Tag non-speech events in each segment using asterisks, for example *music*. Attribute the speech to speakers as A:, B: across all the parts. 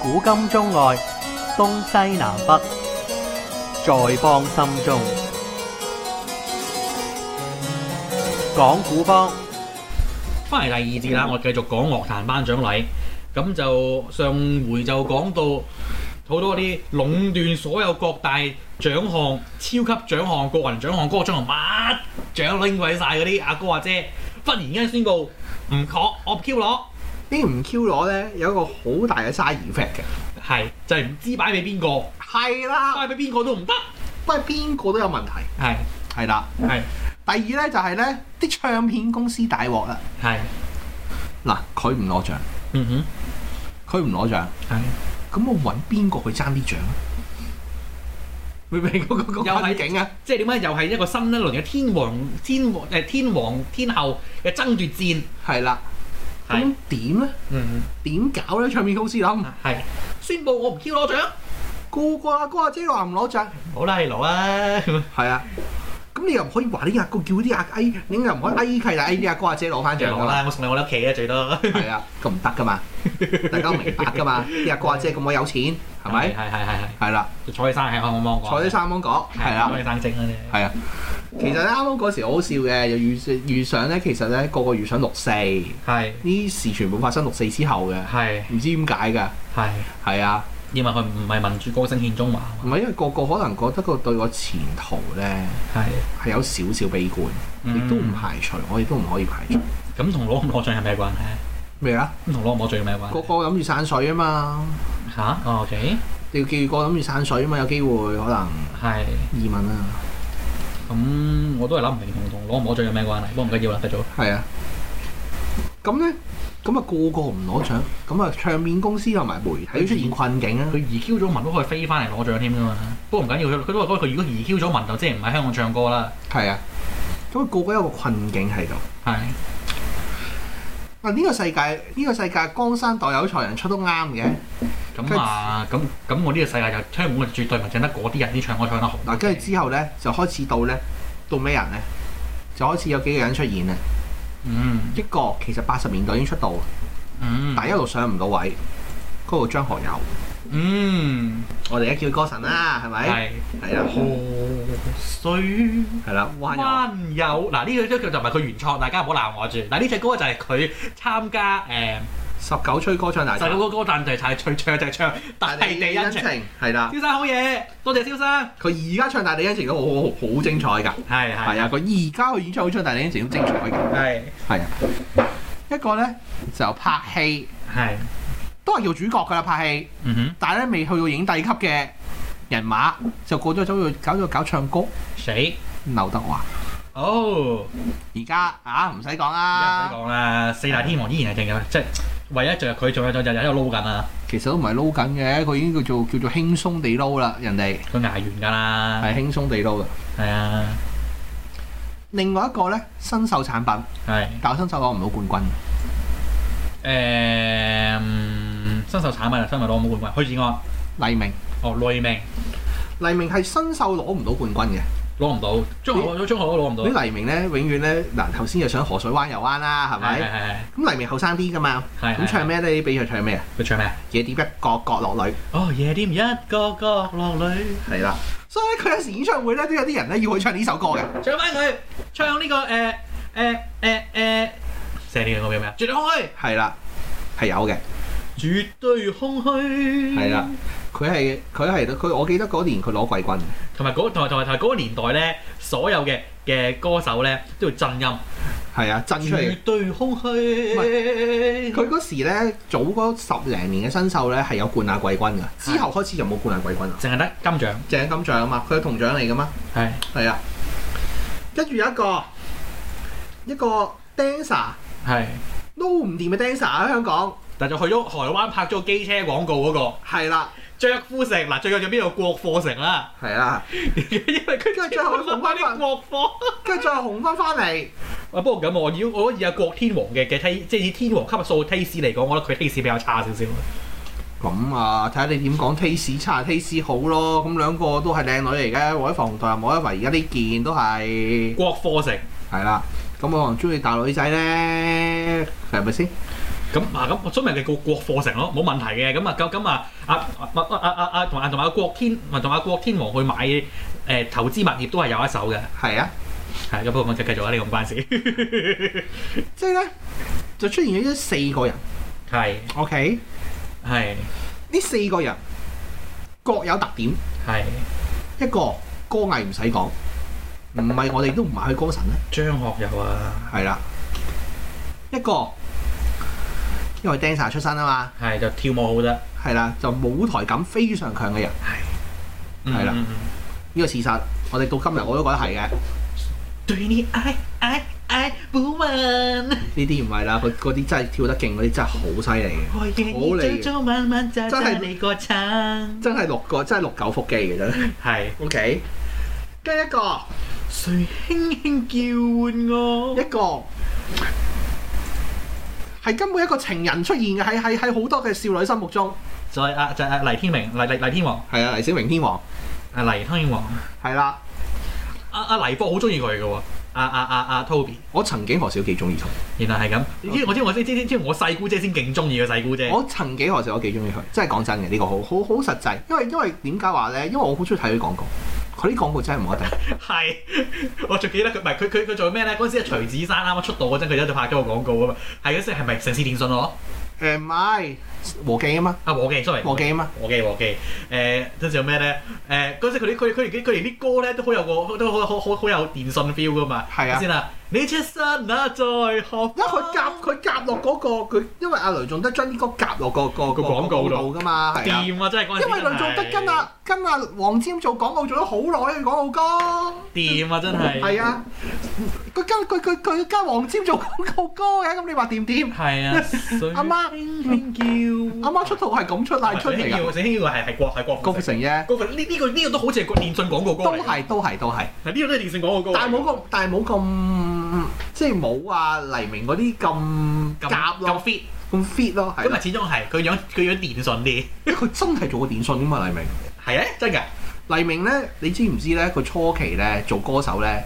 A: 古今中外，東西南北，在邦心中。講古邦，
B: 翻嚟第二節啦，我繼續講樂壇頒獎禮。咁就上回就講到好多啲壟斷所有各大獎項、超級獎項、個人獎項、嗰個獎項乜獎拎鬼晒嗰啲阿哥阿姐，忽然間宣告唔確，我 Q 攞，
C: 呢唔 Q 攞咧有一個好大嘅 side effect 嘅。
B: 係就係、唔知擺俾邊個，
C: 係啦，
B: 擺俾邊個都唔得。
C: 不過邊個都有問題。
B: 係
C: 係啦，
B: 係
C: 第二咧就係咧啲唱片公司大鑊啦。
B: 係，
C: 嗱，佢唔攞獎，
B: 嗯
C: 佢唔攞獎，
B: 哼，係。
C: 咁我揾邊個去爭啲獎啊？明唔明嗰個
B: 又係
C: 嗰個景啊？
B: 即係點解又係一個新一輪嘅天王、天王誒天王天后嘅爭奪戰？
C: 係啦，咁點咧？
B: 嗯，
C: 點搞咧？唱片公司諗
B: 係宣布我唔 Q 攞獎，
C: 個個阿哥阿姐話唔攞獎，
B: 好啦，你攞啊！
C: 係啊。咁你又唔可以話啲阿哥叫啲阿哎，你又唔可以哎契弟哎啲阿哥阿姐攞翻獎
B: 攞
C: 㗎嘛？
B: 啦，我送你我屋企啊，最多
C: 係啊，咁唔得噶嘛，大家明白噶嘛，啲阿哥阿姐咁我有錢，係咪？
B: 係係係係
C: 係啦，
B: 係，坐起生係我望過，
C: 坐啲三芒果，係啦
B: 坐，起生精啊你。
C: 係啊。其實咧，啱啱嗰時好好笑嘅，又遇遇上咧，其實咧個個遇上六四，呢
B: 係
C: 啲事全部發生六四之後嘅，
B: 係
C: 唔知點解㗎。
B: 係，
C: 係啊，
B: 因為佢唔係民主歌聲獻中華
C: 唔係因為個個可能覺得個對個前途咧
B: 係
C: 係有少少悲觀，亦都唔排除，我亦都唔可以排除
B: 咁同攞唔攞獎有咩關係？
C: 咩啊？
B: 咁同攞唔攞獎有咩關
C: 個
B: 係？
C: 個諗住散水啊嘛，
B: 嚇，OK，Ờ,
C: 你要叫個諗住散水啊嘛，有機會可能
B: 係
C: 移民啊。
B: 咁，我都係諗唔明同同攞唔攞獎有咩關係。不過唔緊要啦，繼續。
C: 係啊，咁咧，咁啊個個唔攞獎，咁啊唱片公司同埋媒
B: 嗯
C: 體都出現困境啊。
B: 佢二 Q 咗文都可以飛翻嚟攞獎添噶嘛。不過唔緊要，佢都話佢如果二 Q 咗文就即係唔喺香港唱歌啦。
C: 係啊，咁啊個個有個困境喺度。
B: 係
C: 啊！呢、個世界，呢、個世界江山代有才人出都啱嘅。
B: 咁啊，咁咁我呢個世界就香港絕對唔係淨得嗰啲人啲唱歌唱得好。
C: 嗱，跟住之後咧，就開始到咧，到咩人咧？就開始有幾個人出現啊！
B: 嗯
C: 一個其實八十年代已經出道，
B: 嗯，
C: 但係一路上唔到位。嗰個張學友，
B: 嗯
C: 我哋而家叫佢歌神啦，係咪？
B: 係
C: 係啊，
B: 河水
C: 係啦，彎友
B: 灣友嗱呢個歌就唔係佢原創，大家唔好鬧我住。嗱呢只歌就係佢參加誒
C: 十九吹歌唱大
B: 細
C: 賽，
B: 個歌歌但就係唱唱就係唱大地恩情。
C: 係啦。
B: 蕭生好嘢，多謝蕭生。
C: 佢而家唱大地恩情都好好好精彩㗎，
B: 係
C: 係啊！佢而家佢演唱會唱大地恩情都精彩㗎，
B: 係
C: 係啊！一個咧就拍戲，
B: 係
C: 都係做主角㗎啦，拍戲，
B: 嗯哼。
C: 但係咧未去到影帝級嘅人馬，就過咗走去搞咗搞唱歌，
B: 死
C: 劉德華。
B: 哦！
C: 而家啊，唔使講
B: 而家唔使
C: 啦，
B: 講啦，四大天王依然係正嘅，即係唯一就係佢仲有仲有仲有喺度撈緊啊！
C: 其實都唔係撈緊嘅，佢已經叫做叫做輕鬆地撈啦，人哋
B: 佢捱完㗎啦，
C: 係輕鬆地撈嘅。
B: 係啊，
C: 另外一個咧，新秀產品，
B: 係
C: 但係新秀攞唔到冠軍，
B: 誒新手產品啊，新手攞冇冠軍，許志安
C: 黎明。
B: 哦，雷明
C: 黎明係新秀攞唔到冠軍嘅。
B: 攞唔到，張學友張學友都攞唔到，
C: 啲黎明咧，永遠咧嗱，頭先就上河水灣遊灣啦，係咪？
B: 咪？
C: 咁黎明後生啲噶嘛，
B: 係係
C: 咁唱咩咧？你俾佢唱咩啊？
B: 佢唱咩？
C: 夜店一角角落女，
B: 哦，夜店一個角落裏，
C: 係啦。所以咧，佢有時演唱會咧，都有啲人咧要佢唱呢首歌嘅。
B: 唱翻佢唱呢個誒誒誒誒，寫呢個叫咩啊？絕對空虛，
C: 係啦，係有嘅，
B: 絕對空虛，
C: 係啦。佢係佢係佢，我記得嗰年佢攞季軍嘅，
B: 同埋嗰同埋同埋同埋嗰個年代咧，所有嘅嘅歌手咧都要震音，
C: 係啊，震出嚟嘅。
B: 絕對空
C: 唔
B: 虛。
C: 佢嗰時咧，早嗰十零年嘅新秀咧係有冠亞季軍嘅，之後開始就冇冠亞季軍啦。
B: 淨係得金獎，
C: 鄭金獎啊嘛，佢係銅獎嚟噶嘛。
B: 係
C: 係啊，跟住有一個一個 dancer
B: 係，
C: 撈唔掂嘅 dancer 喺香港，
B: 但就去咗台灣拍咗個機車廣告嗰、個
C: 係啦，
B: 着夫城嗱，最近就邊度國貨城啦，
C: 係啊啦，
B: 因為佢
C: 跟住最後佢
B: 揾翻
C: 紅翻
B: 啲
C: 翻
B: 國貨。
C: 跟住再紅翻翻嚟，
B: 啊，不過咁我要我覺得以阿郭天王嘅嘅 taste，即係以天王級數 taste 嚟講，我覺得佢 taste 比較差少少。
C: 咁啊，睇下你點講 taste 差 taste 好咯，咁兩個都係靚女嚟嘅，我喺防台又冇得而家呢件都係
B: 國貨城
C: 係啦，咁我可能中意大女仔咧，係咪先？
B: 咁啊咁，所以咪你個郭課程咯，冇問題嘅。咁啊，咁咁啊，阿阿阿阿阿同埋同埋阿郭天，同埋阿郭天王去買誒、呃投資物業都係有一手嘅。
C: 係啊，
B: 係咁，不過我繼續啊，呢個唔關事。
C: 即係咧就出現咗呢四個人
B: 係
C: ，OK，
B: 係
C: 呢四個人各有特點，
B: 係，
C: 一個歌藝唔使講，唔係我哋都唔係去歌神咧，
B: 張學友啊，
C: 係啦，一個因為 dancer 出身啊嘛，
B: 係就跳舞好得，
C: 係啦，就舞台感非常強嘅人，
B: 嗯
C: 係啦。
B: 嗯嗯
C: 呢個事實，我哋到今日我都覺得係嘅。
B: 對你愛愛愛不完，
C: 呢啲唔係啦，佢嗰啲真係跳得勁，嗰啲真係好犀利嘅，
B: 我願
C: 好嚟
B: 意朝朝晚晚揸
C: 真係
B: 揸你個餐。
C: 真係六個，真係六九腹肌嘅啫。
B: 係，
C: OK，跟住一個
B: 誰輕輕叫喚我？
C: 一個係根本一個情人出現嘅，喺喺喺好多嘅少女心目中。
B: 再啊，就係黎天明、黎黎黎天王、
C: 係啊，黎小明天王
B: 啊黎天王，
C: 係啦，
B: 阿阿黎博好中意佢嘅喎，阿阿阿阿 à, Toby，
C: 我曾經何時都幾中意佢，
B: 原來係咁。因我知我知知知我細姑姐先勁中意嘅細姑姐，
C: 我曾經何時我幾中意佢，真係講真嘅，呢、個好好好實際。因為因為點解話咧？因為我好中意睇佢廣告，佢啲廣告真係冇得頂。
B: 係 *laughs* 我最記得佢，唔係佢佢佢做咩咧？嗰陣時係徐子珊啱啱出道嗰陣，佢喺度拍咗個廣告啊嘛，係嗰時係咪城市電訊咯？
C: *laughs* 誒唔係和記啊嘛，
B: 啊和記，sorry，
C: 和記啊嘛，
B: 我記我記，誒跟住有咩咧？誒嗰陣佢啲佢佢佢佢連啲歌咧都好有個都好好好好有電信 feel 噶嘛。
C: 係啊
B: 先啦，你出身那在何方？
C: 因為佢夾佢夾落嗰個佢，因為阿雷仲德將啲歌夾落個個
B: 個廣告度
C: 㗎嘛，係啊。
B: 掂啊！真係嗰陣時
C: 因為雷仲德跟阿跟阿黃霑做廣告做咗好耐嘅啊廣告歌，
B: 掂啊！真係
C: 係啊，佢跟佢佢佢跟黃霑做廣告歌嘅，咁你話掂唔掂？
B: 係
C: *laughs*
B: 啊！水
C: 阿媽
B: 輕輕叫
C: 啱啱出道係咁出拉出嚟
B: 水
C: 㗎，
B: 輕輕叫係係國係國
C: 郭富城啫，
B: 郭富城呢呢個呢個都好似係個電信廣告歌
C: 都
B: 嚟
C: 係都係都係，
B: 係呢個都係電信廣告歌嚟。
C: 但係冇咁但係冇咁即係冇啊黎明嗰啲咁
B: 咁
C: 夾
B: 咁
C: 咯
B: fit，
C: 咁 fit 咯，係
B: 咁
C: 啦
B: 啊，始終係佢樣佢樣電信啲，
C: 因為佢真係做過電信㗎嘛黎明。
B: 係啊，真㗎。
C: 黎明咧，你知唔知咧？佢初期咧做歌手咧，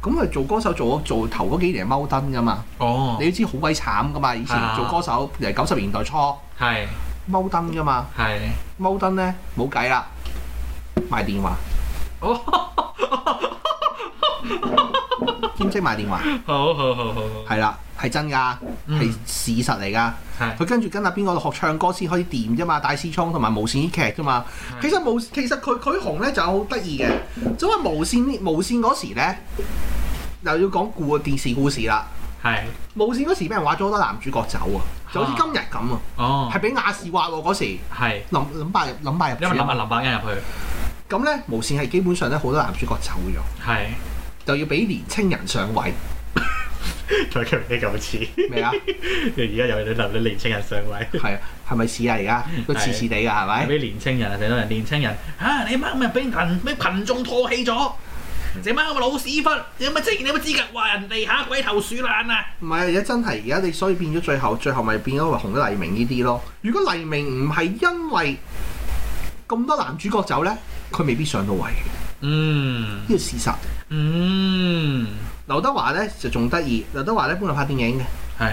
C: 咁佢做歌手做做頭嗰幾年係踎燈噶嘛，
B: 哦，
C: 你都知好鬼慘噶嘛。以前
B: 啊
C: 做歌手，誒九十年代初踎
B: 係
C: 燈噶嘛，
B: 係。
C: 踎燈咧冇計啦，賣電話，
B: *laughs*
C: 兼職賣電話，
B: 好好好好好，
C: 係啦，係真㗎，係
B: 嗯
C: 事實嚟㗎。
B: 係
C: 佢跟住跟阿邊個學唱歌先可以掂啫嘛，大師聰同埋無線啲劇啫嘛。
B: 係
C: 其實無其實佢佢紅咧就好得意嘅，因為無線無線嗰時咧又要講故電視故事啦。
B: 係
C: 無線嗰時俾人挖咗好多男主角走啊，就好似今日咁啊，
B: 哦
C: 係俾亞視挖喎嗰時，
B: 係，
C: 諗諗拜入諗拜入
B: 因為
C: 主
B: 諗下
C: 啊
B: 林百欣入去 *laughs*
C: 咁咧無線係基本上咧好多男主角走咗，
B: 係，
C: 就要俾年青人上位，
B: 再強你咁似，*laughs*
C: 咩啊？
B: 而家有你留你年青人上 *laughs* 位。
C: 係啊，係咪似啊？而家都似似地㗎係咪？
B: 俾年青人啊，成多人年青人啊！你媽咪俾人俾群眾唾棄咗，你媽咪老屎忽，你有乜資你有乜資格話人哋嚇鬼頭鼠爛啊？
C: 唔係，而家真係而家你所以變咗最後，最後咪變咗話紅咗黎明呢啲咯。如果黎明唔係因為咁多男主角走呢，佢未必上到位嘅，呢
B: 嗯
C: 個事實。
B: 嗯，
C: 劉德華呢就仲得意，劉德華呢本來拍電影嘅，
B: 係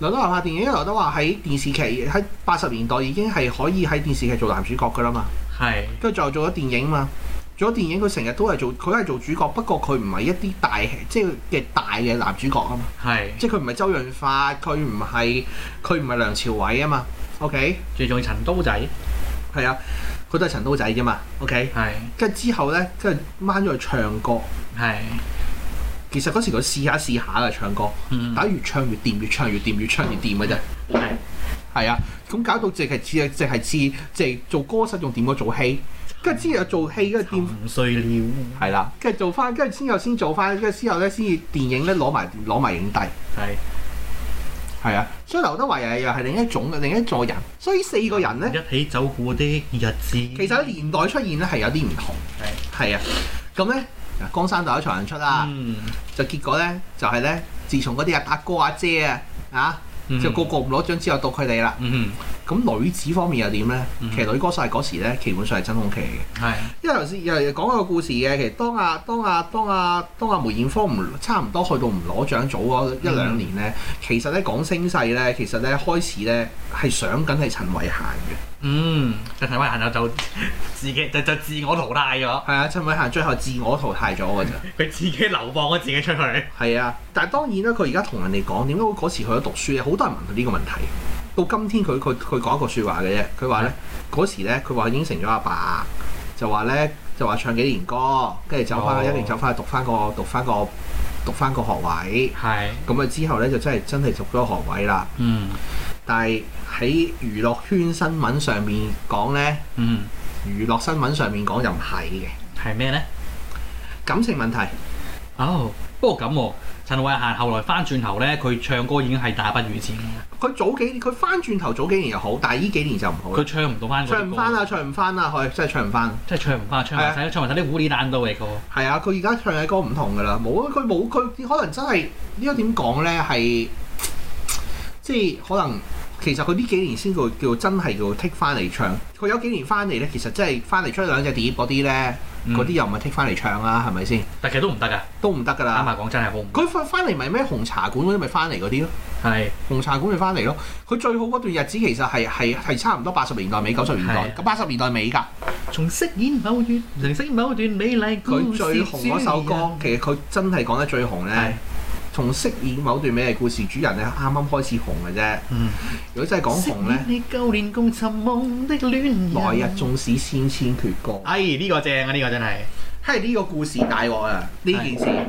C: 劉德華拍電影，因為劉德華喺電視劇喺八十年代已經係可以喺電視劇做男主角噶啦嘛，
B: 係
C: 跟住就做咗電影嘛，做咗電影佢成日都係做佢係做主角，不過佢唔係一啲大即係嘅大嘅男主角啊嘛。
B: 係，
C: 即係佢唔係周潤發，佢唔係佢唔係梁朝偉啊嘛。OK，
B: 最重要陳刀仔
C: 係啊，佢都係陳刀仔啫嘛。OK，
B: 係
C: 跟住之後咧，跟住掹咗去唱歌。
B: 係，
C: 其實嗰時佢試下試下嘅唱歌，
B: 嗯
C: 但係越唱越掂，越唱越掂，越唱越掂嘅啫。
B: 係
C: 係啊，咁搞到淨係似淨係似即係做歌手仲掂過做戲，跟住之後又做戲跟住掂。
B: 沉睡了，
C: 係啦，跟住做翻，跟住之後先做翻，跟住之後咧先至電影咧攞埋攞埋影帝。
B: 係
C: 係啊，所以劉德華又係又係另一種嘅另一座人，所以呢四個人咧。
B: 一起走過的日子，
C: 其實喺年代出現咧係有啲唔同，係啊，咁咧嗱江山代有才人出啦，
B: 嗯
C: 就結果咧就係、呢，咧，自從嗰啲阿達哥阿姐啊啊
B: 嗯
C: 就個個唔攞獎之後到佢哋啦。
B: 嗯
C: 咁女子方面又點咧？
B: 嗯
C: 其實女歌手係嗰時咧，基本上係真空期嚟嘅。
B: 哼，係
C: 因為頭先又又講一個故事嘅，其實當啊當啊當啊當啊梅艷芳唔差唔多去到唔攞獎早嗰一兩年咧，其實咧講聲勢咧，其實咧開始咧係想緊係陳慧嫻嘅，
B: 嗯，就陳偉行就就自己就就自我淘汰咗，
C: 係啊，陳慧嫻最後自我淘汰咗
B: *laughs*
C: 㗎咋，
B: 佢自己流放咗自己出去，
C: 係啊，但係當然啦，佢而家同人哋講點解嗰時去咗讀書咧，好多人問佢呢個問題。到今天佢佢佢講一個説話嘅啫，佢話咧嗰時咧佢話應承咗阿爸，就話咧就話唱幾年歌，跟住走翻
B: 哦
C: 一定走翻去讀翻個讀翻個讀翻個學位。
B: 係，
C: 咁啊之後咧就真係真係讀咗學位啦。
B: 嗯
C: 但係喺娛樂圈新聞上面講呢，
B: 嗯，
C: 娛樂新聞上面講就唔係嘅
B: 係咩咧？
C: 感情問題。
B: 哦，不過咁喎、陳慧嫻後來翻轉頭咧，佢唱歌已經係大不如前，
C: 佢早幾年佢翻轉頭早幾年又好，但係呢幾年就唔好啦
B: 佢。唱唔到翻嗰啲
C: 唱唔翻
B: 歌，
C: 啦，唱唔啊翻啦，佢真係唱唔翻。
B: 即係唱唔翻，唱埋晒，唱埋晒啲烏哩單刀嘅歌，
C: 係啊，佢而家唱嘅歌唔同噶啦，冇啊，佢冇佢可能真係呢個點講呢？係即係可能其實佢呢幾年先叫叫真係叫剔翻嚟唱。佢有幾年翻嚟呢，其實真係翻嚟出兩隻碟嗰啲呢。
B: 嗯
C: 嗰啲又唔係剔翻嚟唱啊啦，係咪先？
B: 但其實都唔得㗎。
C: 都唔得㗎
B: 啱
C: 啦。
B: 啊，講真係好唔
C: 佢翻翻嚟咪咩紅茶館嗰啲咪翻嚟嗰啲咯，
B: 係
C: 紅茶館咪翻嚟咯。佢最好嗰段日子其實係係係差唔多八十年代尾九十年代，
B: 係
C: 咁八十年代尾㗎。
B: 從飾演某段，從飾某段美麗
C: 佢最紅
A: 啊
C: 嗰首歌，其實佢真係講得最紅
B: 係
C: 咧。從飾演某段美麗故事主人咧，啱啱開始紅嘅啫。
B: 嗯，
C: 如果真係講紅咧，
B: 你舊年共尋夢的戀
C: 來日縱使千千闕歌。
B: 哎，呢、個正啊，呢、個真係。
C: 係呢個故事大鑊啊！呢件事呢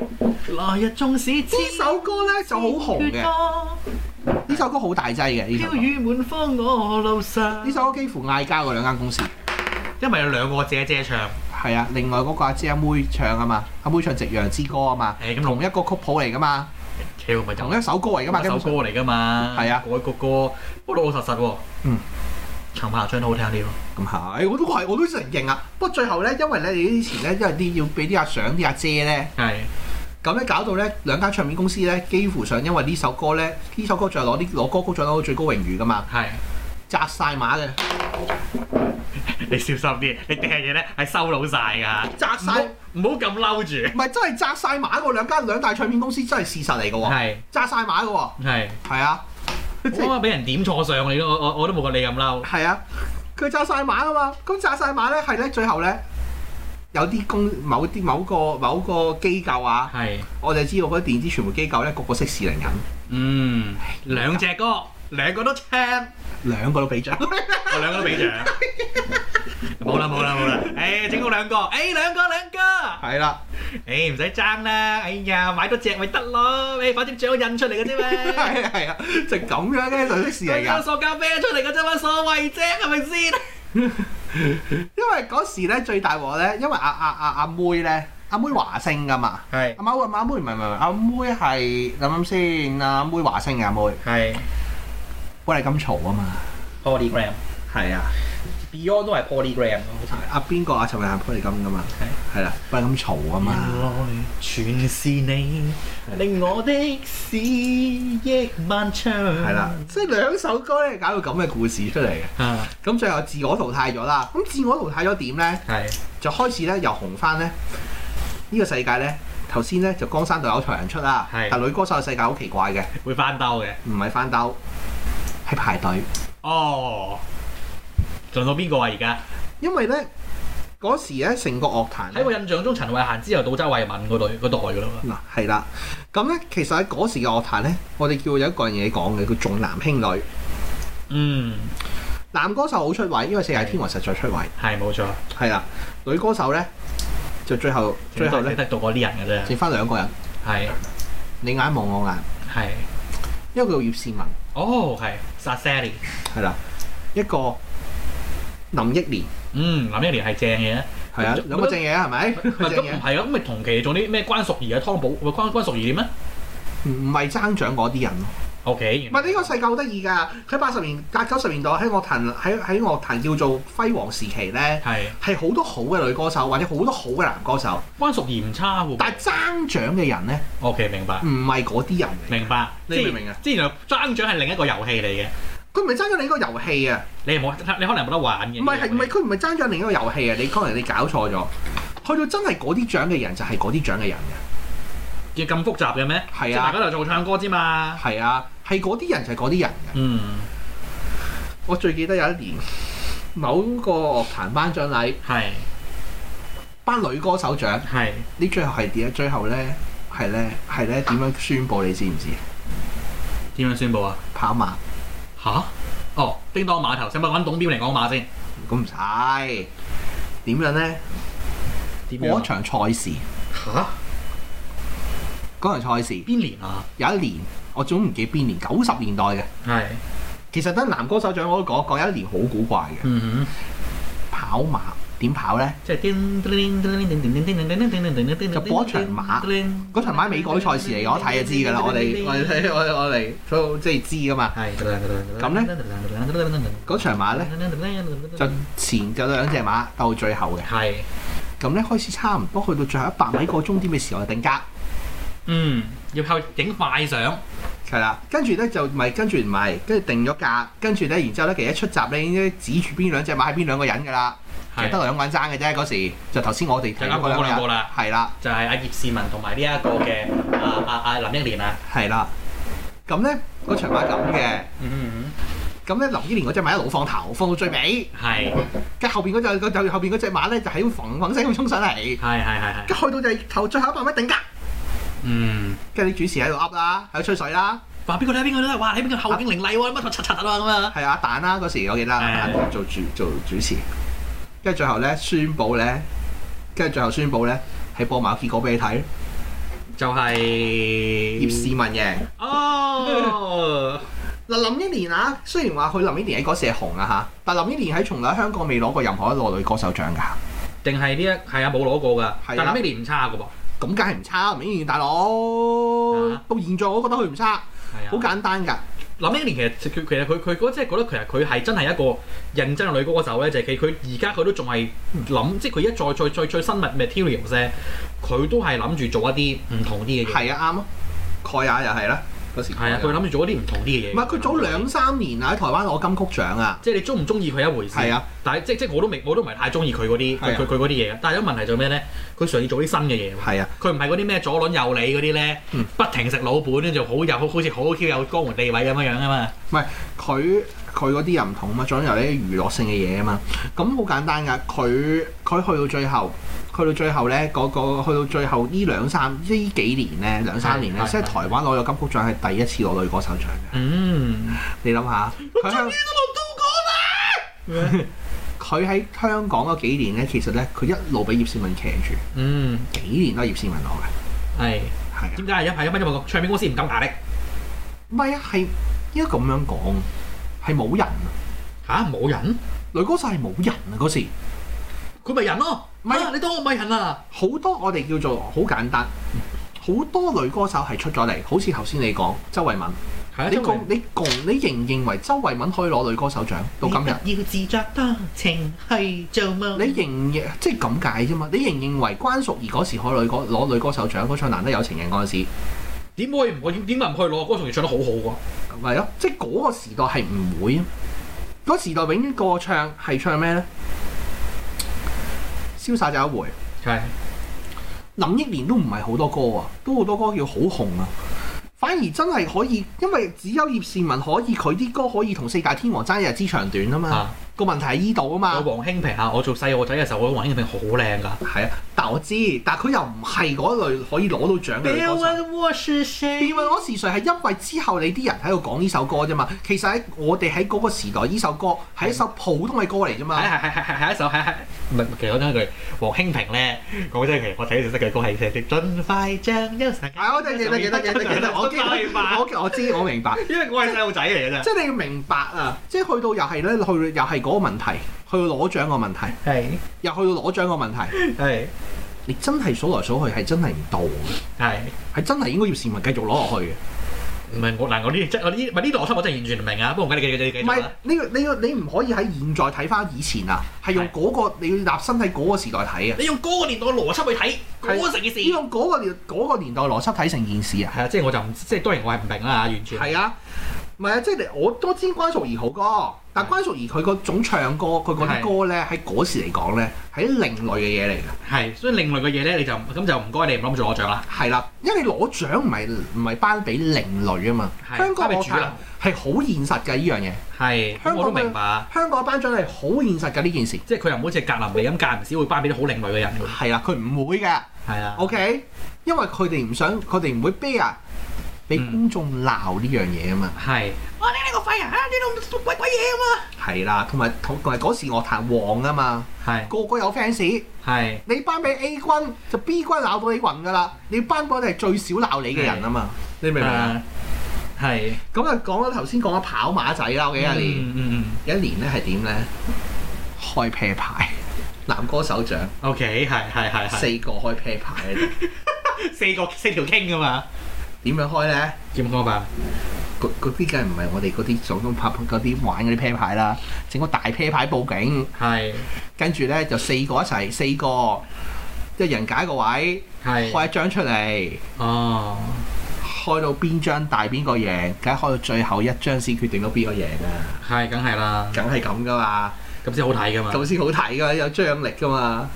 B: 來日縱使呢
C: 首歌咧就好紅嘅，
B: 嘅，
C: 呢首歌好大劑嘅呢首
B: 飄
C: 歌。
B: 雨滿方我路上。
C: 呢首歌幾乎嗌交嗰兩間公司。
B: 因為有兩個姐姐唱，
C: 係啊，另外嗰個阿姐阿妹唱啊嘛，阿妹唱《夕陽之歌》啊嘛，
B: 誒咁
C: 同一個曲譜嚟噶嘛，
B: 跳咪就
C: 同一首歌嚟噶嘛，
B: 一首歌嚟㗎嘛，
C: 係啊
B: 改個歌，不過老老實實喎。
C: 嗯。
B: 陳柏唱得好聽啲咯，
C: 咁係，我都係，我都承認啊。不過最後咧，因為咧你之前咧，因為啲要俾啲阿相啲阿姐咧，
B: 係
C: 咁咧搞到咧兩間唱片公司咧，幾乎上因為呢首歌咧，呢首歌再攞啲攞歌曲獎攞到最高榮譽噶嘛，
B: *laughs* 係。
C: 扎晒馬嘅，
B: 你小心啲，你掟嘢咧係收到晒㗎。
C: 扎
B: 唔好
C: 晒，
B: 唔好咁嬲住。
C: 唔係真係扎晒馬喎，兩間兩大唱片公司真係事實嚟嘅喎，
B: 係
C: 扎晒馬嘅喎，
B: 係，
C: 係啊，即
B: 我
C: 係
B: 啱啱俾人點錯相你都，我我我都冇過你咁嬲。
C: 係啊，佢炸晒馬啊嘛，咁炸晒馬咧係咧最後咧有啲公某啲某個某個機構啊，
B: 係，
C: 我就知道嗰啲電子傳媒機構咧個個識士零人，
B: 嗯，兩隻歌，兩個都青，我
C: 兩個都俾 *laughs* 獎，
B: 兩個都俾獎。 *laughs* 冇啦冇啦冇啦，誒整好哎兩個，誒兩個兩個，
C: 係啦，
B: 誒唔使爭啦，哎呀買多隻咪得咯，誒反正獎印出嚟嘅啫 *laughs* 嘛，哎
C: 係啊係啊，就咁樣咧就識士零
B: 有
C: 人，
B: 塑膠啤出嚟嘅啫嘛，所謂啫係咪先？
C: 因為嗰時咧最大鑊咧，因為阿阿阿阿妹咧，阿妹華星噶嘛，
B: 係
C: 阿媽阿媽妹唔係唔係唔係阿妹係諗諗先，阿妹華星嘅阿妹，
B: 係
C: 喂你咁嘈啊嘛，
B: ，polygram，Beyond
C: 係啊。
B: 都係 polygram。
C: 阿邊個阿陳慧嫻幫你咁噶嘛？係啦，喂咁嘈啊
B: 原
C: 嘛！
B: 來全是你令我的思憶漫長。
C: 係啦，即係兩首歌咧搞到咁嘅故事出嚟嘅，
B: 啊，
C: 咁最後自我淘汰咗啦。咁自我淘汰咗點咧？
B: 係
C: 就開始咧又紅翻咧呢個世界咧。頭先咧就江山代有才人出啦，
B: 係
C: 但女歌手嘅世界好奇怪嘅，
B: 會翻兜嘅。
C: 唔係翻兜，係排隊。
B: 哦，輪到邊個啊？而家
C: 因為咧嗰時咧成個樂壇呢
B: 喺我印象中，陳慧嫻之後到周慧敏嗰代嗰代噶啦嘛。
C: 嗱係啦，咁咧其實喺嗰時嘅樂壇咧，我哋叫有一個嘢講嘅，叫重男輕女。
B: 嗯，
C: 男歌手好出位，因為四大天王實在出位。
B: 係冇錯。
C: 係啦，女歌手咧就最後最後
B: 咧
C: 咧
B: 得到嗰啲人嘅啫。
C: 剩翻兩個人，
B: 係
C: 你眼望我眼，
B: 係。
C: 一個叫葉倩文，
B: 哦，係殺 Sally。
C: 係啦，一個林憶蓮，
B: 嗯，林憶蓮係正嘅，
C: 係啊
B: 咁，
C: 兩個正嘢係咪？
B: 唔係
C: *laughs* 正
B: 咁唔
C: 嘢
B: 係啊，咁咪同期仲有啲咩關淑怡啊、湯寶，喂關關淑怡點咧？
C: 唔係爭獎嗰啲人咯，
B: O K，
C: 唔係呢個世界好得意㗎，佢八十年、八九十年代喺樂壇喺喺樂壇叫做輝煌時期咧，
B: 係
C: 係好多好嘅女歌手或者好多好嘅男歌手，
B: 關淑怡唔差喎。
C: 但係爭獎嘅人咧
B: O K，明白
C: 唔係嗰啲人嚟，
B: 明白，
C: 你
B: 即係
C: 明唔明啊？
B: 即係原來爭獎係另一個遊戲嚟嘅，
C: 佢唔係爭咗你個遊戲啊，
B: 你係冇你可能冇得玩嘅。
C: 唔係係唔係佢唔係爭咗另一個遊戲啊，你可能你搞錯咗，去到真係嗰啲獎嘅人就係嗰啲獎嘅人嘅，
B: 要咁複雜嘅咩？即
C: 係
B: 係大
C: 啊
B: 家都係做唱歌啫嘛。
C: 係啊，係嗰啲人就係嗰啲人嘅。
B: 嗯，
C: 我最記得有一年某個樂壇頒獎禮
B: 係
C: 頒女歌手獎。
B: 係
C: 你最後係點咧？最後咧係咧係咧點樣宣佈？你知唔知？
B: 點樣宣佈啊？
C: 跑馬
B: 吓？哦，叮當碼頭，使唔使揾董彪嚟講馬先？
C: 咁唔使點樣咧？
B: 點啊
C: 嗰一場賽事，
B: 嚇？
C: 嗰場賽事
B: 邊年啊？
C: 有一年，我總唔記邊年，九十年代嘅。
B: 係，
C: 其實得男歌手獎我都講過，有一年好古怪嘅
B: 嗯哼，
C: 跑馬點跑咧？
B: 即係叮叮叮叮叮叮叮叮叮叮叮叮叮叮
C: 就播一場馬嗰場馬美港賽事嚟嘅，我睇就知㗎啦。我哋我哋我哋我哋都即係知㗎嘛。
B: 係
C: 咁咧嗰場馬咧就前就兩隻馬鬥最後嘅，
B: 係，
C: 咁咧開始差唔多去到最後一百米個終點嘅時候就定格。
B: 嗯，要靠影快相，
C: 係啦，跟住咧就咪跟住唔係，跟住定咗價，跟住咧，然之後咧，其實一出閘咧已經指住邊兩隻馬係邊兩個人㗎啦，其實
B: 係
C: 得兩個人爭嘅啫嗰時，就頭先我哋睇
B: 就啱
C: 到嗰
B: 講嗰
C: 兩
B: 兩
C: 個
B: 個
C: 人，
B: 啦，
C: 係啦
B: 就係阿葉倩文同埋呢一個嘅阿阿阿林憶蓮啊，
C: 係啦，咁咧嗰場馬咁嘅，
B: 嗯，
C: 咁咧林依蓮嗰只馬一路放頭，放到最尾，
B: 係
C: 跟住後邊嗰只就後邊嗰只馬咧就喺揈揈聲咁衝上嚟，
B: 係係係係，
C: 跟住去到就係頭最後一百米定格，
B: 嗯。
C: 跟住啲主持喺度噏啦，喺度吹水啦，
B: 話邊個睇邊個都得，哇！你邊個後勁凌厲喎，乜柒柒柒啊咁啊！
C: 係啊蛋啦嗰時我記得
B: 係
C: 阿蛋做主做主持，跟住最後咧宣佈咧，跟住最後宣佈咧係播埋個結果俾你睇，
B: 就係
C: 葉仕文贏。
B: 哦，
C: 嗱林憶蓮啊，雖然話佢林憶蓮喺嗰時係紅啊嚇，但林憶蓮喺從來喺香港未攞過任何一個女歌手獎㗎，
B: *laughs* 定係呢一係啊冇攞過㗎，但係 m i 唔差㗎喎，
C: 咁梗係唔差，林憶蓮大佬
B: 啊
C: 到現在我都覺得佢唔
B: 係
C: 差，
B: 啊，
C: 好簡單㗎，
B: 林憶蓮其實佢其實佢佢嗰即係覺得其實佢係真係一個認真嘅女歌手咧，就係佢佢而家佢都仲係諗，即係佢一再再再再新物 materials 咧，佢都係諗住做一啲唔同啲嘅嘢。
C: 係啊啱咯，蓋亞又係啦嗰時，
B: 係啊，佢諗住做一啲唔同啲嘅嘢。
C: 唔係佢早兩三年啊喺台灣攞金曲獎啊，
B: 即係你中唔中意佢一回事。
C: 係啊，
B: 但係即即我都未我都唔係太中意佢嗰啲
C: 係
B: 佢
C: 啊
B: 佢佢嗰啲嘢嘅。但係有問題就咩咧？佢嘗試做啲新嘅嘢喎。
C: 係啊。
B: 佢唔係嗰啲咩左輪右理嗰啲咧
C: 嗯，
B: 不停食老本咧，就好有好好似好 Q 有江湖地位咁樣樣啊嘛。
C: 佢佢嗰啲又唔同啊嘛，仲有啲娛樂性嘅嘢啊嘛，咁好簡單噶。佢佢去到最後，去到最後咧，嗰、個去到最後呢兩三呢幾年咧，兩三年咧，
B: 係係
C: 即係台灣攞咗金曲獎係第一次攞女歌手獎
B: *laughs*
C: 嘅。
B: 嗯，
C: 你諗下，佢香啊
B: 咩
C: 佢喺香港嗰幾年咧，其實咧佢一路俾葉倩文騎住，
B: 嗯，
C: 幾年都係葉倩文攞嘅，
B: 係
C: 係啊，
B: 點解？因為因為因為個唱片公司唔敢壓力
C: 唔係啊，係應該咁樣講，係冇人啊，
B: 吓，冇人，
C: 女歌手係冇人啊嗰時。
B: 佢咪人咯。唔
C: 唔係
B: 係你當我唔係人啊？
C: 好多我哋叫做好簡單，好多女歌手係出咗嚟，好似頭先你講周慧敏，
B: 係啊，
C: 你
B: 因為
C: 共你共你認唔認為周慧敏可以攞女歌手獎到今日？
B: 你不要自作多情去做
A: 嗯
B: 夢。
C: 你認唔認即係咁解啫嘛？你認唔認為關淑怡嗰時可以女歌攞女歌手獎嗰場《難得有情人》嗰陣時，
B: 點可以唔去？點解唔去攞？歌仲要唱得好好喎。
C: 咪咯？即係嗰個時代係唔會啊！嗰時代永遠個唱係唱咩咧？瀟灑就一回。
B: 係。
C: 林憶蓮都唔係好多歌啊，都好多歌叫好紅啊。反而真係可以，因為只有葉倩文可以，佢啲歌可以同四大天王爭一日之長短啊嘛。
B: 啊！
C: 個、問題喺依度啊嘛。
B: 我黃興平啊，我做細個仔嘅時候，我覺得黃興平好靚㗎。
C: 係啊，但我知，但佢又唔係嗰類可以攞到獎嘅女歌手。
B: 我是誰
C: 變為啊我是誰係因為之後你啲人喺度講呢首歌啫嘛。其實喺我哋喺嗰個時代，呢首歌係一首普通嘅歌嚟啫嘛
B: 係。係係係係係一首係係，唔係其實講真一句，黃興平咧講真，其實我睇佢識嘅歌係寫盡快將一生。
C: 係，我哋記得記得記得記得，我記得
B: 明白，
C: 我我知我明白。
B: 因為我係細路仔嚟嘅啫。
C: *laughs* 即係你要明白啊！即係去到又係咧，去到又係嗰個問題，去到攞獎個問題，
B: 係
C: 又去到攞獎個問題，
B: 係
C: 你真係數來數去係真係唔到嘅，
B: 係
C: 係真係應該要市民繼續攞落去
B: 唔
C: 嘅。
B: 係我嗱，我呢即係我呢，唔係呢邏輯我真係完全唔明啊！不過唔緊要，你繼續繼
C: 唔
B: 續
C: 係
B: 啦。
C: 呢個你要你唔可以喺現在睇翻以前啊，係用嗰、個你要立身喺嗰個時代睇啊，
B: 你用嗰個年代嘅邏輯去睇
C: 係
B: 嗰成件事，
C: 要用嗰個年嗰個年代邏輯睇成件事啊，
B: 係啊，即係我就唔即係當然我係唔明啦，完全
C: 係啊，唔係啊，即係你我都知關淑怡好歌，但關淑怡佢嗰種唱歌佢嗰啲歌咧喺嗰時嚟講咧係另類嘅嘢嚟嘅，
B: 係，所以另類嘅嘢咧，你就咁就唔該你唔諗住攞獎啦，
C: 係啦，因為你攞獎唔係唔係頒俾另類啊嘛，
B: 係
C: 香港
B: 頒俾
C: 樂
B: 主流
C: 壇係好現實嘅呢樣嘢，
B: 係
C: 香港
B: 我都明白，
C: 香港嘅頒獎係好現實嘅呢件事，
B: 即係佢又唔好似格林尼咁間唔少會頒俾啲好另類嘅人，
C: 係啦，佢唔會嘅。
B: 係啊，
C: OK，因為佢哋唔想，佢哋唔會 bear 俾
B: 嗯
C: 公眾鬧呢樣嘢啊嘛。
B: 係，我你呢個廢人啊，你都鬼鬼嘢啊
C: 係啦，同埋同埋嗰時樂壇旺啊嘛，
B: 嘛，係
C: 個個有 fans。
B: 係
C: 你頒俾 A 君就 B 君鬧到你暈㗎啦，你頒俾係最少鬧你嘅人啊嘛。
B: 嗯
C: 你明唔明啊？
B: 誒係，
C: 咁啊，講咗頭先講咗跑馬仔啦，我記得有一年，
B: 嗯嗯嗯
C: 有一年咧係點咧？開 pair 牌，男歌手獎
B: ，OK 係係係係，
C: 四個開 pair 牌喺度，
B: 四個四條傾噶嘛，
C: 點樣開咧？
B: 點講法？
C: 嗰嗰啲梗係唔係我哋嗰啲手中拍嗰啲玩嗰啲 pair 牌啦，整個大 pair 牌報警，
B: 係
C: 跟住咧就四個一齊，四個一人解一個位，
B: 係
C: 開一張出嚟，
B: 哦，
C: 開到邊張大邊個贏，梗係開到最後一張先決定到邊個贏啊，
B: 係梗係啦，
C: 梗係咁噶嘛，
B: 咁先好睇噶嘛，
C: 咁先好睇噶，有張力噶嘛。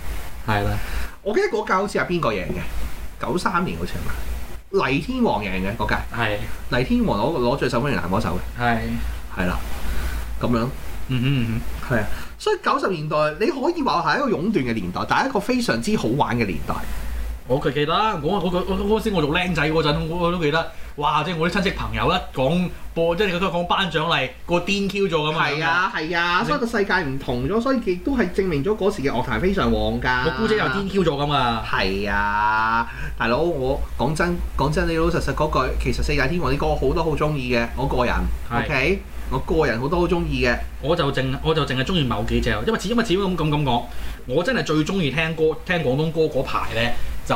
B: 係啦，
C: 我記得嗰屆好似係邊個贏嘅？九三年好似係嘛？黎天王贏嘅嗰屆，
B: 係
C: 黎天王攞攞最受歡迎男歌手嘅，
B: 係，
C: 係啦，咁樣。
B: 嗯哼嗯哼。
C: 係啊，所以九十年代你可以話係一個壟斷嘅年代，但係一個非常之好玩嘅年代。
B: 我佢記得，我我我嗰時我做僆仔嗰陣，我我都記得，哇！即係我啲親戚朋友一講播，即係佢都講頒獎禮，個癲 Q 咗咁樣。
C: 係，啊，係啊，所以個世界唔同咗，所以亦都係證明咗嗰時嘅樂壇非常旺㗎。
B: 我姑姐又癲 Q 咗咁啊！
C: 係啊，大佬，我講真講真，你老實實嗰句，其實四大天王啲歌好多好中意嘅，我個人
B: 係
C: ，OK，我個人好多好中意嘅，
B: 我就淨我就淨係中意某幾隻，因為始因為始終咁咁咁講，我真係最中意聽歌聽廣東歌嗰排咧，就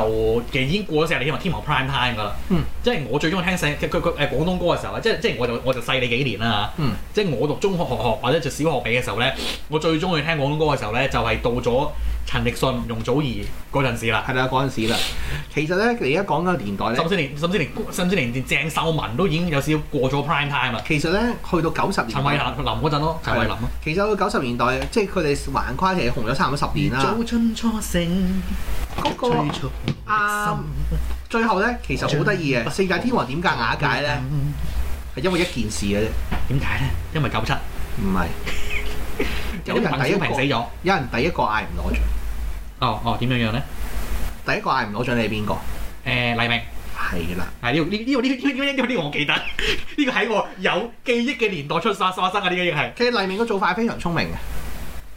B: 其實已經過咗四十年天王 prime time 㗎啦。
C: 嗯，
B: 即係我最中意聽細佢佢佢誒廣東歌嘅時候咧，即係即係我就我就細你幾年啦。
C: 嗯，
B: 即係我讀中學學學或者就小學尾嘅時候咧，我最中意聽廣東歌嘅時候咧，就係、到咗陳奕迅、容祖兒嗰陣時啦。
C: 係啦嗰陣時啦。其實咧，你而家講緊個年代咧
B: 甚，至連甚至連甚至連鄭秀文都已經有少少過咗 prime time 啦。
C: 其實咧去到九十
B: 陳
C: 年
B: 慧
C: 代，
B: 琳林嗰陣咯，陳慧琳咯。
C: 其實到九十年代，即係佢哋橫跨其實紅咗差唔多十年啦。
B: 春初醒，
C: 嗰個啱最後咧，其實好得意嘅，四大天王點解瓦解咧？？係因為一件事嘅啫，
B: 點解咧？因為九七，
C: 唔係 *laughs* 有人第
B: 鄧
C: 一
B: 小
C: 個
B: 平死，咗。
C: 有人第一個嗌唔攞獎，
B: 哦哦，點樣樣咧？
C: 第一個嗌唔攞獎你係邊個？
B: 誒黎明，啊
C: 係啦，
B: 係呢個呢呢個呢個呢個呢個呢個我記得， *laughs* 呢個喺我有記憶嘅年代出發發生啊！呢個已經係
C: 其實黎明嘅做法係非常聰明嘅，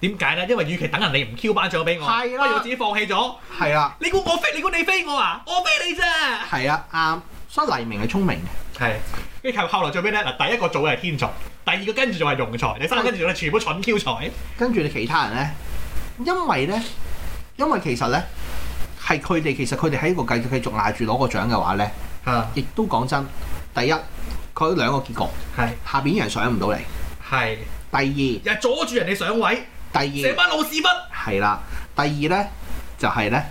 B: 點解咧？因為與其等人哋唔 Q 頒獎俾我，
C: 係啦
B: 不如我自己放棄咗。
C: 係啦，
B: 你估我飛？你估你飛我啊？我飛你咋？
C: 係啊，啱。所以黎明係聰明嘅，
B: 係，跟住後後來最尾咧，嗱第一個做嘅係天才，第二個跟住就係庸才，第三個跟住咧全部蠢 Q 才。
C: 跟住你其他人咧，因為咧，因為其實咧係佢哋其實佢哋喺個繼續繼續賴住攞個獎嘅話咧，
B: 嚇，
C: 亦都講真，第一佢有兩個結局，
B: 係
C: 下邊啲人上唔到嚟；
B: 係，
C: 第
B: 又阻住人哋上位，
C: 二第二
B: 成。班老屎忽。
C: 係啦，第二咧就係、呢，咧，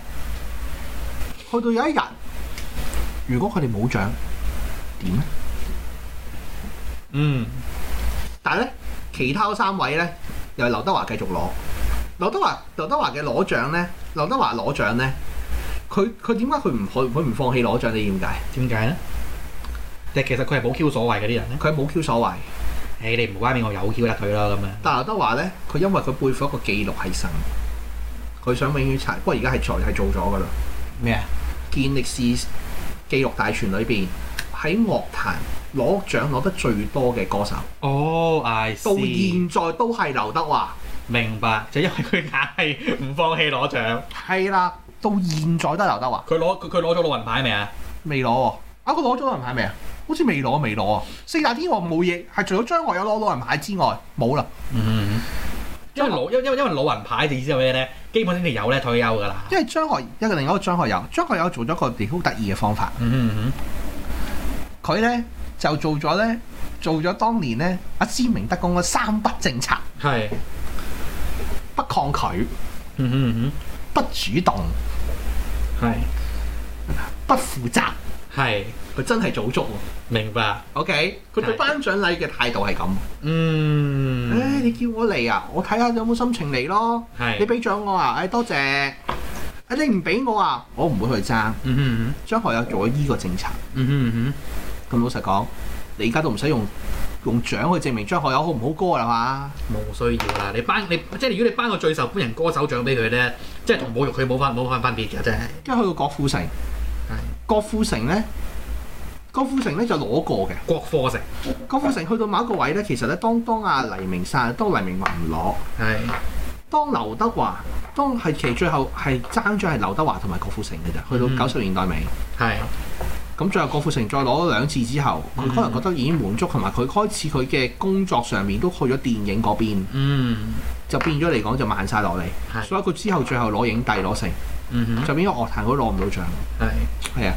C: 去到有一日，如果佢哋冇獎點咧？
B: 嗯，
C: 但係咧，其他嗰三位咧又係劉德華繼續攞。劉德華劉德華嘅攞獎咧，劉德華攞獎咧，佢佢點解佢唔佢佢唔放棄攞獎？你點解？
B: 點解咧？即係其實佢係冇 Q 所謂嗰啲人咧。
C: 佢冇 Q 所謂，
B: 誒，你唔關面，我有 Q 得佢啦咁樣。
C: 但係劉德華咧，佢因為佢背負一個記錄喺身，佢想永遠刷。不過而家係做係做咗㗎啦。
B: 咩啊？
C: 健力士記錄大全裏邊喺樂壇攞獎攞得最多嘅歌手，
B: 哦，I Oh,
C: 到
B: see，
C: 現在都係劉德華。
B: 明白，就因 *laughs* 為佢硬係唔放棄攞獎。
C: 係啦，到現在都係劉德華，
B: 佢攞佢佢攞咗老人牌未啊？
C: 未攞喎。啊，佢攞咗老人牌未啊？好似未攞，未攞啊！四大天王冇嘢，係除咗張學友攞老人牌之外，冇啦。
B: 嗯，因為老因因為因為老人牌嘅意思係咩咧？基本上你有咧退休㗎啦。
C: 因為張學一個另一個張學友，張學友做咗個好得意嘅方法，
B: 嗯嗯
C: 佢咧就做咗咧，做咗當年咧阿施明德講嘅三不政策：
B: 係，
C: 不抗拒、
B: 嗯哼嗯
C: 不主動、
B: 哼，
C: 不負責。
B: 係係
C: 佢真係做足喎。
B: 明白，
C: OK，佢
B: 係
C: 對頒獎禮嘅態度係咁。
B: Ừ.
C: 唉、你
B: 嗯，
C: 叫我嚟啊，我睇下有冇心情嚟咯。你
B: 係，
C: 俾獎我啊，唉、多謝。啊你唔俾我啊，我唔會去爭。
B: 嗯哼
C: 張學友做咗依個政策，
B: 嗯哼嗯
C: 咁老實講，你而家都唔使用用獎去證明張學友好唔好歌啦嘛。
B: 哼，冇需要啦，你頒你即係如果你頒個最受歡迎歌手獎俾佢咧，即係同侮辱佢冇分冇分分別嘅，真係，
C: 跟住去到郭富城，郭富城咧，郭富城咧就攞過嘅。
B: 國科食，
C: 郭富城去到某一個位咧，其實咧，當當阿黎明散，當黎明話唔攞，
B: 係
C: 當劉德華，當係其最後係爭咗係劉德華同埋郭富城嘅啫。去
B: 嗯
C: 到九十年代尾，
B: 係，
C: 咁最後郭富城再攞咗兩次之後，佢可能覺得已經滿足，同埋佢開始佢嘅工作上面都去咗電影嗰邊，
B: 嗯
C: 就變咗嚟講就慢晒落嚟。
B: 係
C: 所以佢之後最後攞影帝攞成，
B: 嗯哼，
C: 就變咗樂壇佢都攞唔到獎。
B: 係，
C: 係啊，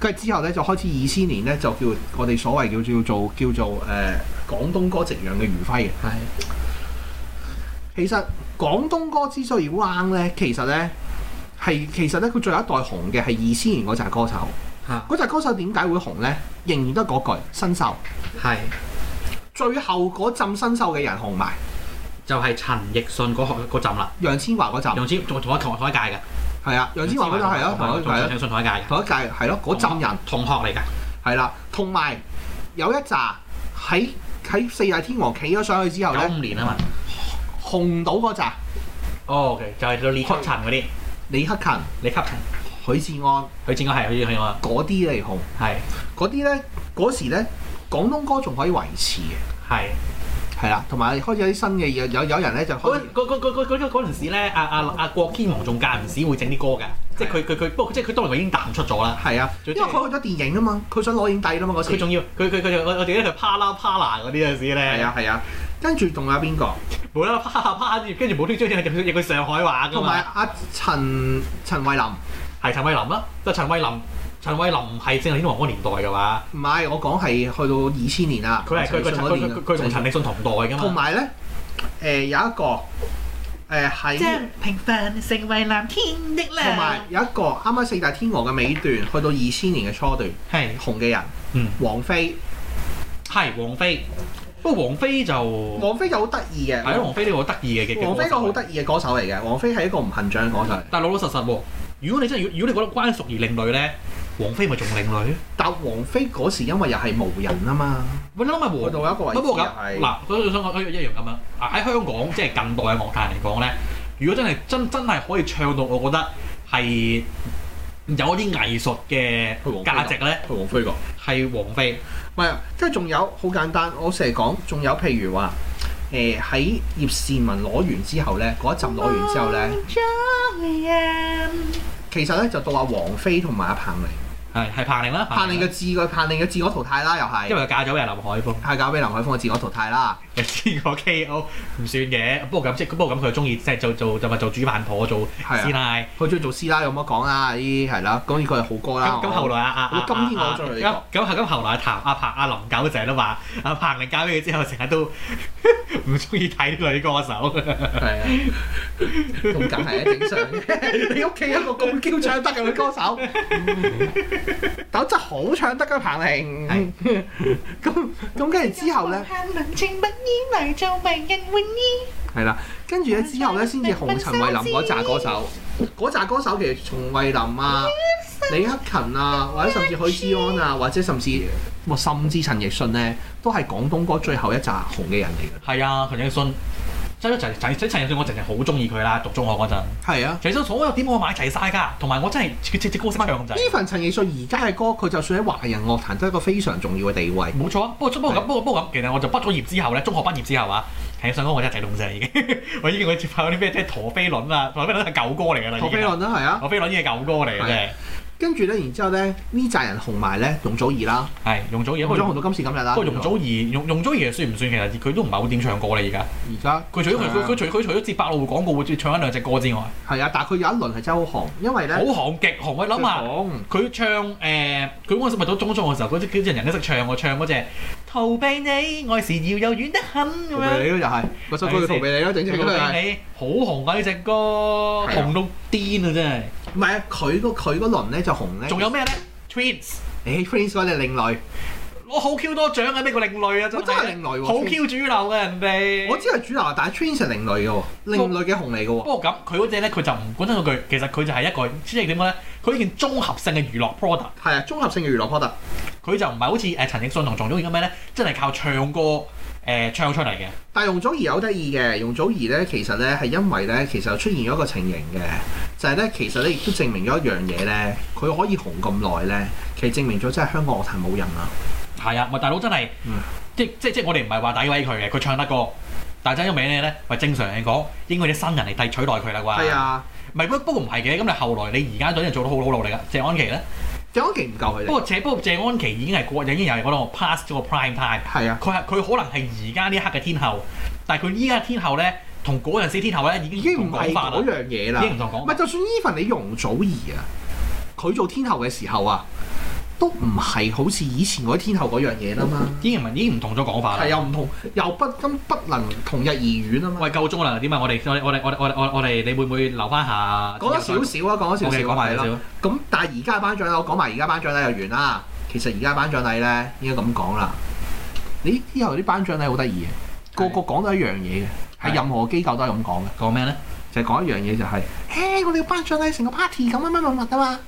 C: 跟住之後咧就開始二千年咧就叫我哋所謂叫叫做叫做誒、呃、廣東歌夕陽嘅餘暉嘅。
B: 係，
C: 其實廣東歌之所以彎咧，其實咧係其實咧佢最後一代紅嘅係二千年嗰扎歌手。
B: 嚇，
C: 嗰扎歌手點解會紅咧？仍然都係嗰句新秀，
B: 係，
C: 最後嗰陣新秀嘅人紅埋，
B: 就係陳奕迅嗰嗰陣啦，
C: 楊千嬅嗰陣
B: 楊千仲同一同一同一屆嘅，
C: 係啊，楊千嬅嗰陣係啊，同一
B: 同
C: 係
B: 陳
C: 啊，
B: 奕迅同一屆嘅，
C: 同一屆係咯，嗰陣人
B: 同學嚟嘅，
C: 係啦，同埋有一紮喺喺四大天王企咗上去之後
B: 九
C: 咧，
B: 五年啊嘛。
C: 紅到嗰扎
B: 哦，OK，就係到李克勤嗰啲，
C: 李克勤、
B: 李克勤，
C: 許志安
B: 佢應該係，佢應該
C: 嗰啲嚟紅，
B: 係
C: 嗰啲咧嗰時咧廣東歌仲可以維持嘅。
B: 係。
C: 係啦，同埋開始有啲新嘅嘢，有有人咧就開
B: 嗰
C: 始
B: 嗰嗰嗰嗰嗰嗰陣時咧，阿阿阿郭天王仲間唔時會整啲歌㗎，即係佢佢佢，不過即係佢當然佢已經淡出咗啦。
C: 係啊，因
B: 最
C: 為佢去咗電影啊嘛，佢想攞影帝啦嘛嗰時
B: 佢。仲要佢佢佢我我哋咧佢啪啦啪啦嗰啲陣時
C: 係
B: 咧
C: 啊，係啊，跟住仲有邊個？
B: 無啦啦啪下啪住，跟住冇端端又又又佢上海話㗎
C: 同埋
B: 嘛，
C: 阿陳陳慧琳，
B: 係陳慧琳啦，即係陳慧琳，陳慧琳唔係正係天王嗰年代㗎嘛，
C: 唔係我講係去到二千年啦，
B: 佢係佢
C: 陳
B: 佢佢
C: 奕迅嗰年啊
B: 佢佢同陳奕迅同代㗎
C: 同
B: 嘛。
C: 埋咧誒有一個誒喺
B: 平凡成為藍天的
C: 同埋有一個啱啱四大天王嘅尾段，去到二千年嘅初段
B: 係
C: 紅嘅人，
B: 嗯
C: 王菲，
B: 係王菲，不過王菲就係
C: 王菲就好得意嘅，
B: 咯，王菲呢個好得意嘅嘅嘅
C: 王菲一個
B: 歌
C: 好
B: 手
C: 得意嘅歌手嚟嘅，王菲係一個唔恨獎嘅歌手嚟。
B: 但老老實實喎，如果你真係如果你覺得關淑怡另類咧，王菲咪仲另類？
C: 但王菲嗰時因為又係無人啊嘛，
B: 喂，你諗下
C: 去
B: 王，
C: 到一個位
B: 不
C: 置
B: 過
C: 又
B: 咁
C: 係
B: 嗱，我想講一樣咁樣。啊喺香港即係近代嘅樂壇嚟講咧，如果真係真真係可以唱到，我覺得係有一啲藝術嘅價值咧，
C: 去王菲個，唔
B: 係王菲。
C: 係啊即係仲有好簡單，我成日講，仲有譬如話誒喺葉倩文攞完之後咧，嗰一陣攞完之後咧，其實咧就到阿王菲同埋阿彭玲，
B: 係係彭玲啦，
C: 彭玲嘅自佢彭玲嘅自我淘汰啦，又
B: 因
C: 係
B: 為佢嫁咗俾人林海峰， *laughs*
C: 係搞俾林海峰嘅自我淘汰啦，
B: 又先個 K.O. 唔算嘅。不過咁即係不過咁佢中意即係做做就咪做主辦婆做
C: 係啊
B: 師奶。
C: 佢中意做師奶有乜講啦？呢啲係啦，當然佢係好歌啦。
B: 咁咁後來啊啊啊
C: 我哦今天我再嚟
B: 咁咁後咁後來譚阿彭阿林九成都話阿彭力交俾佢之後，成日都 *laughs* 唔中意睇女歌手。
C: 係啊，咁梗係啊，正常 *laughs* 嘅。你屋企一個咁嬌唱得嘅女歌手，
B: *laughs*
C: 但我真係好唱得嘅彭
B: 係
C: 玲。咁咁跟住之後咧，係啦，跟住咧之後咧先至紅陳慧琳嗰扎歌手，嗰扎歌手其實陳慧琳啊、李克勤啊，或者甚至許志安啊，或者甚至哇甚至陳奕迅咧，都係廣東歌最後一扎紅嘅人嚟嘅。
B: 係啊，陳奕迅，即係陳陳陳奕迅，我淨係好中意佢啦，讀中學嗰陣。
C: 係啊。
B: 陳奕迅所有點我買齊晒㗎，同埋我真係佢隻隻歌識唱就係
C: 呢份陳奕迅而家嘅歌，佢就算喺華人樂壇都係一個非常重要嘅地位。
B: 冇錯啊，不過不過咁，不過不過咁，其實我就畢咗業之後咧，中學畢業之後啊，陳奕迅歌我真係睇懂啊晒已經， *laughs* 我已經我接拍嗰啲咩即係陀飛輪啊，陀飛輪係舊歌嚟㗎啦，已經
C: 陀飛輪啦，係啊。
B: 陀飛輪已經係舊歌嚟嘅
C: 係
B: 真係。
C: 跟住咧，然之後咧呢扎人紅埋咧，容祖兒啦，
B: 係容祖兒，不
C: 容
B: 過
C: 祖兒
B: 容
C: 紅到今時今日啦。
B: 不過容祖兒容容祖兒算唔算其實佢都唔係好點唱歌啦而家。
C: 而家
B: 佢除咗佢佢佢除佢除咗接百老匯廣告會唱一兩隻歌之外，
C: 係啊，但係佢有一輪係真係好紅，因為咧
B: 好紅極紅。你諗下。
C: 佢
B: 佢唱誒，呃佢嗰陣時咪到中中嘅時候，嗰啲嗰啲人人都識唱我唱嗰隻逃避你，愛是遙又遠得很咁
C: 紅逃避
B: 樣。
C: 你咯，又係嗰首歌叫逃避你咯，整
B: 逃
C: 整都係。
B: 避你好紅啊！呢只歌
C: 啊
B: 紅到癲啊！真係。
C: 唔係啊，佢個佢嗰輪咧就紅咧。
B: 仲有咩咧？Twins，
C: 誒 Prince 嗰啲另類，
B: 我好 Q 多獎啊！咩叫另類啊？
C: 我
B: 真
C: 真係
B: 係
C: 另類喎。
B: 好 Q 主流嘅人哋。
C: 我知係主流，但係 Twins 係另類嘅喎，另類嘅紅嚟嘅喎。
B: 不過咁，佢嗰只咧，佢就唔本身嗰句，其實佢就係一個，即係點講咧？佢呢件綜合性嘅娛樂 product，
C: 係啊，綜合性嘅娛樂 product
B: 佢就唔係好似誒陳奕迅同撞咗而咁咩咧，真係靠唱歌誒、呃唱出嚟嘅。
C: 但係容祖兒有得意嘅，容祖兒咧其實咧係因為咧其實出現咗一個情形嘅，就係、咧其實咧亦都證明咗一樣嘢咧，佢可以紅咁耐咧，其實證明咗真係香港樂壇冇人啊。
B: 係啊，咪大佬真係、
C: 嗯
B: 即即即我哋唔係話詆毀佢嘅，佢唱得歌，但係真因為咩咧？咪正常嚟講，應該啲新人嚟替取代佢啦啩。
C: 係，啊，
B: 唔係不不過唔係嘅，咁你後來你而家嗰啲人做得好好努力啦，謝安琪咧。
C: 謝安琪唔夠佢
B: 不
C: 哋。
B: 過謝不過謝安琪已經係過，已經又係嗰度 pass 咗個 prime time。
C: 係啊，
B: 佢係佢可能係而家呢一刻嘅天后，但係佢依家嘅天后咧，同嗰陣時天后咧已
C: 已
B: 經
C: 經
B: 唔
C: 唔
B: 同講
C: 係
B: 法啦
C: 嗰，樣嘢
B: 已
C: 啦。
B: 經唔同
C: 唔
B: 講法。
C: 係，就算 even 你容祖兒啊，佢做天后嘅時候啊，都唔係好似以前嗰啲天后嗰樣嘢啦嘛。
B: 已經唔已經唔同咗講法
C: 係啊
B: 啦。
C: 又唔同，又不根不能同日而語啊嘛。
B: 喂，夠鐘啦！點啊？我哋我哋我哋我哋我哋我哋我哋，你會唔會留翻下？
C: 講多少少啊，講多少少
B: OK，講埋
C: 係
B: 少
C: 咯。
B: 少。
C: 咁但係而家嘅頒獎禮，我講埋而家頒獎禮就完啦。其實而家頒獎禮咧，應該咁講啦。你之後啲頒獎禮好得意嘅，個
B: 係
C: 個講到一樣嘢嘅，係
B: 係
C: 任何機構都係咁講嘅，
B: 講咩咧？
C: 就係講一樣嘢就係，誒我哋嘅頒獎禮成個 party 咁乜乜乜乜啊嘛，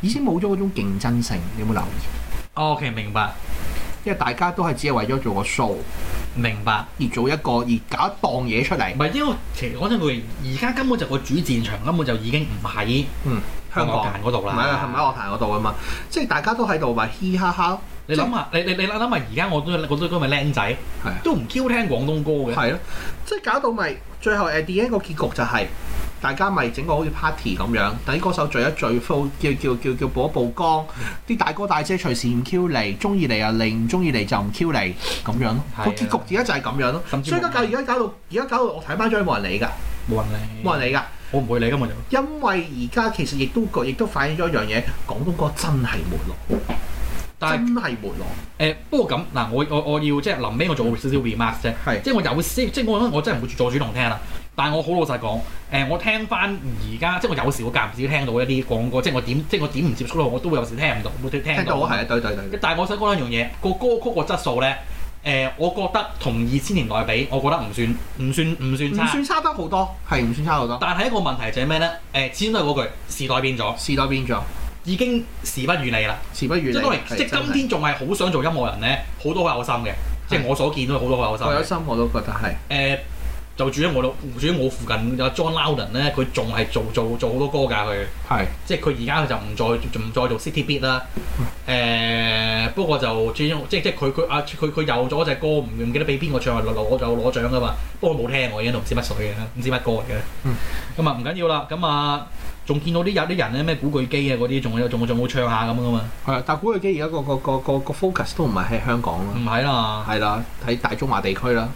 C: 已經冇咗嗰種競爭性，你有冇留意？
B: 哦 OK，明白
C: 因為大家都係只係為咗做個 show
B: 明白。
C: 而做一個而搞一檔嘢出嚟
B: 唔。係因為其實講真佢而家根本就個主戰場根本就已經唔喺
C: 香港
B: 樂壇嗰度
C: 唔
B: 啦。
C: 係啊，係咪喺樂壇嗰度啊嘛？即係大家都喺度話嘻哈哈，
B: 你諗下，你你你諗下，而家我都我都今日僆仔
C: 係啊，
B: 都唔 Q 聽廣東歌嘅。
C: 係咯，即係搞到咪最後 at the end 個結局就係、大家咪整個好似 party 咁樣，等啲歌手聚一聚 full 叫叫叫叫曝一曝光，啲大哥大姐隨時唔 Q 你，中意你又嚟，唔中意你就唔 Q 你咁樣咯。
B: 係啊
C: 個結局而家就係咁樣咯。
B: 甚至
C: 所以而家搞而家搞到而家搞到我睇班長冇人理㗎，
B: 冇人理，
C: 冇人理㗎，
B: 我唔會理根本就。
C: 因為而家其實亦都亦都反映咗一樣嘢，廣東歌真係沒落，
B: 但係
C: 真係沒落，
B: 誒，不過咁嗱，我我我要即係臨尾我做少少 remark 啫。
C: 係
B: 即係我有時，即係我我真係唔會做主動聽啦。但係我好老實講，誒、我聽翻而家，即係我有時我間唔時聽到一啲廣歌，即係我點，即係我點唔接觸到，我都會有時聽唔到，會聽
C: 聽
B: 聽
C: 到
B: 到。
C: 係啊，對對對。
B: 但係我想講兩樣嘢，個歌曲個質素咧，誒、我覺得同二千年代比，我覺得唔算唔算唔算
C: 唔
B: 差。
C: 算差得好多，係唔算差好多。
B: 但係一個問題就係咩咧？誒、始終都係嗰句時代變咗，
C: 時代變咗，
B: 已經時不與你啦。
C: 時不與
B: 即
C: 你
B: 係當然，。即
C: 係
B: 係今
C: 真係
B: 天仲係好想做音樂人咧，好多好有心嘅，即係我啊所見都好多好有心
C: 我有
B: 嘅。誒、
C: 心我都覺得係
B: 就住喺我度，住喺我附近有 John Loudon 咧，佢仲係做做做好多歌㗎佢。
C: 係
B: 即係佢而家佢就唔再唔再做 City Beat 啦。誒、
C: 嗯
B: 不過就最終即係即係佢佢啊佢佢有咗隻歌唔唔記得俾邊個唱攞攞就攞獎噶嘛。不過我冇聽我已經都唔知乜水嘅，唔知乜歌嚟嘅
C: 嗯。
B: 咁啊唔緊要啦，咁啊仲見到啲有啲人咧咩古巨基啊嗰啲仲有仲仲會唱下咁噶嘛？
C: 係啊，但古巨基而家個個個個個 focus 都唔係喺香港啦
B: 唔，係啦，
C: 係啦，喺大中華地區啦。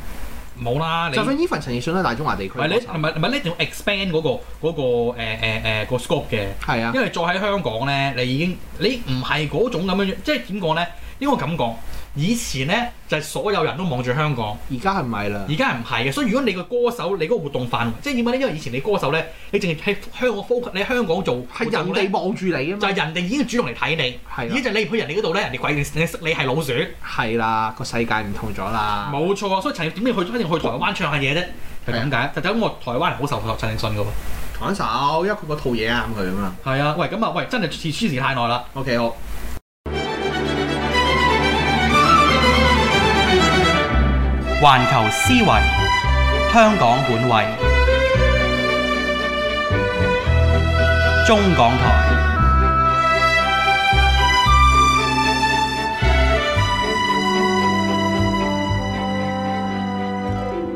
B: 冇啦你
C: 就。算 even 陳奕迅都係大中華地區
B: 唔係你
C: 歌手。
B: 唔係唔係你一定要 expand 嗰、個嗰、個誒誒誒個 scope 嘅。
C: 係啊，
B: 因為再喺香港咧，你已經你唔係嗰種咁樣樣，即係點講咧？應該咁講，以前咧就係、所有人都望住香港，
C: 而家係唔係啦？
B: 而家係唔係嘅。所以如果你個歌手，你嗰個活動範圍，即係點解咧？因為以前你歌手咧，你淨係喺香港 focus，你喺香港做活
C: 係人
B: 動呢
C: 哋望住你啊
B: 就
C: 嘛。
B: 係人哋已經主動嚟睇你，
C: 係啊
B: 而
C: 啦，
B: 家就你去人哋嗰度咧，人哋鬼你你識你係老鼠，
C: 係啦，個世界唔同咗啦。
B: 冇錯啊！所以陳奕點解去一定去台灣唱下嘢啫？係咁解，就等我台灣人好受陳奕迅嘅喎。
C: 台灣手，因為佢個套嘢啱佢啊嘛。
B: 係啊，喂咁啊，喂真係黐黐時太耐啦。
C: OK，好。
B: 環球思維，香港本位，中港台。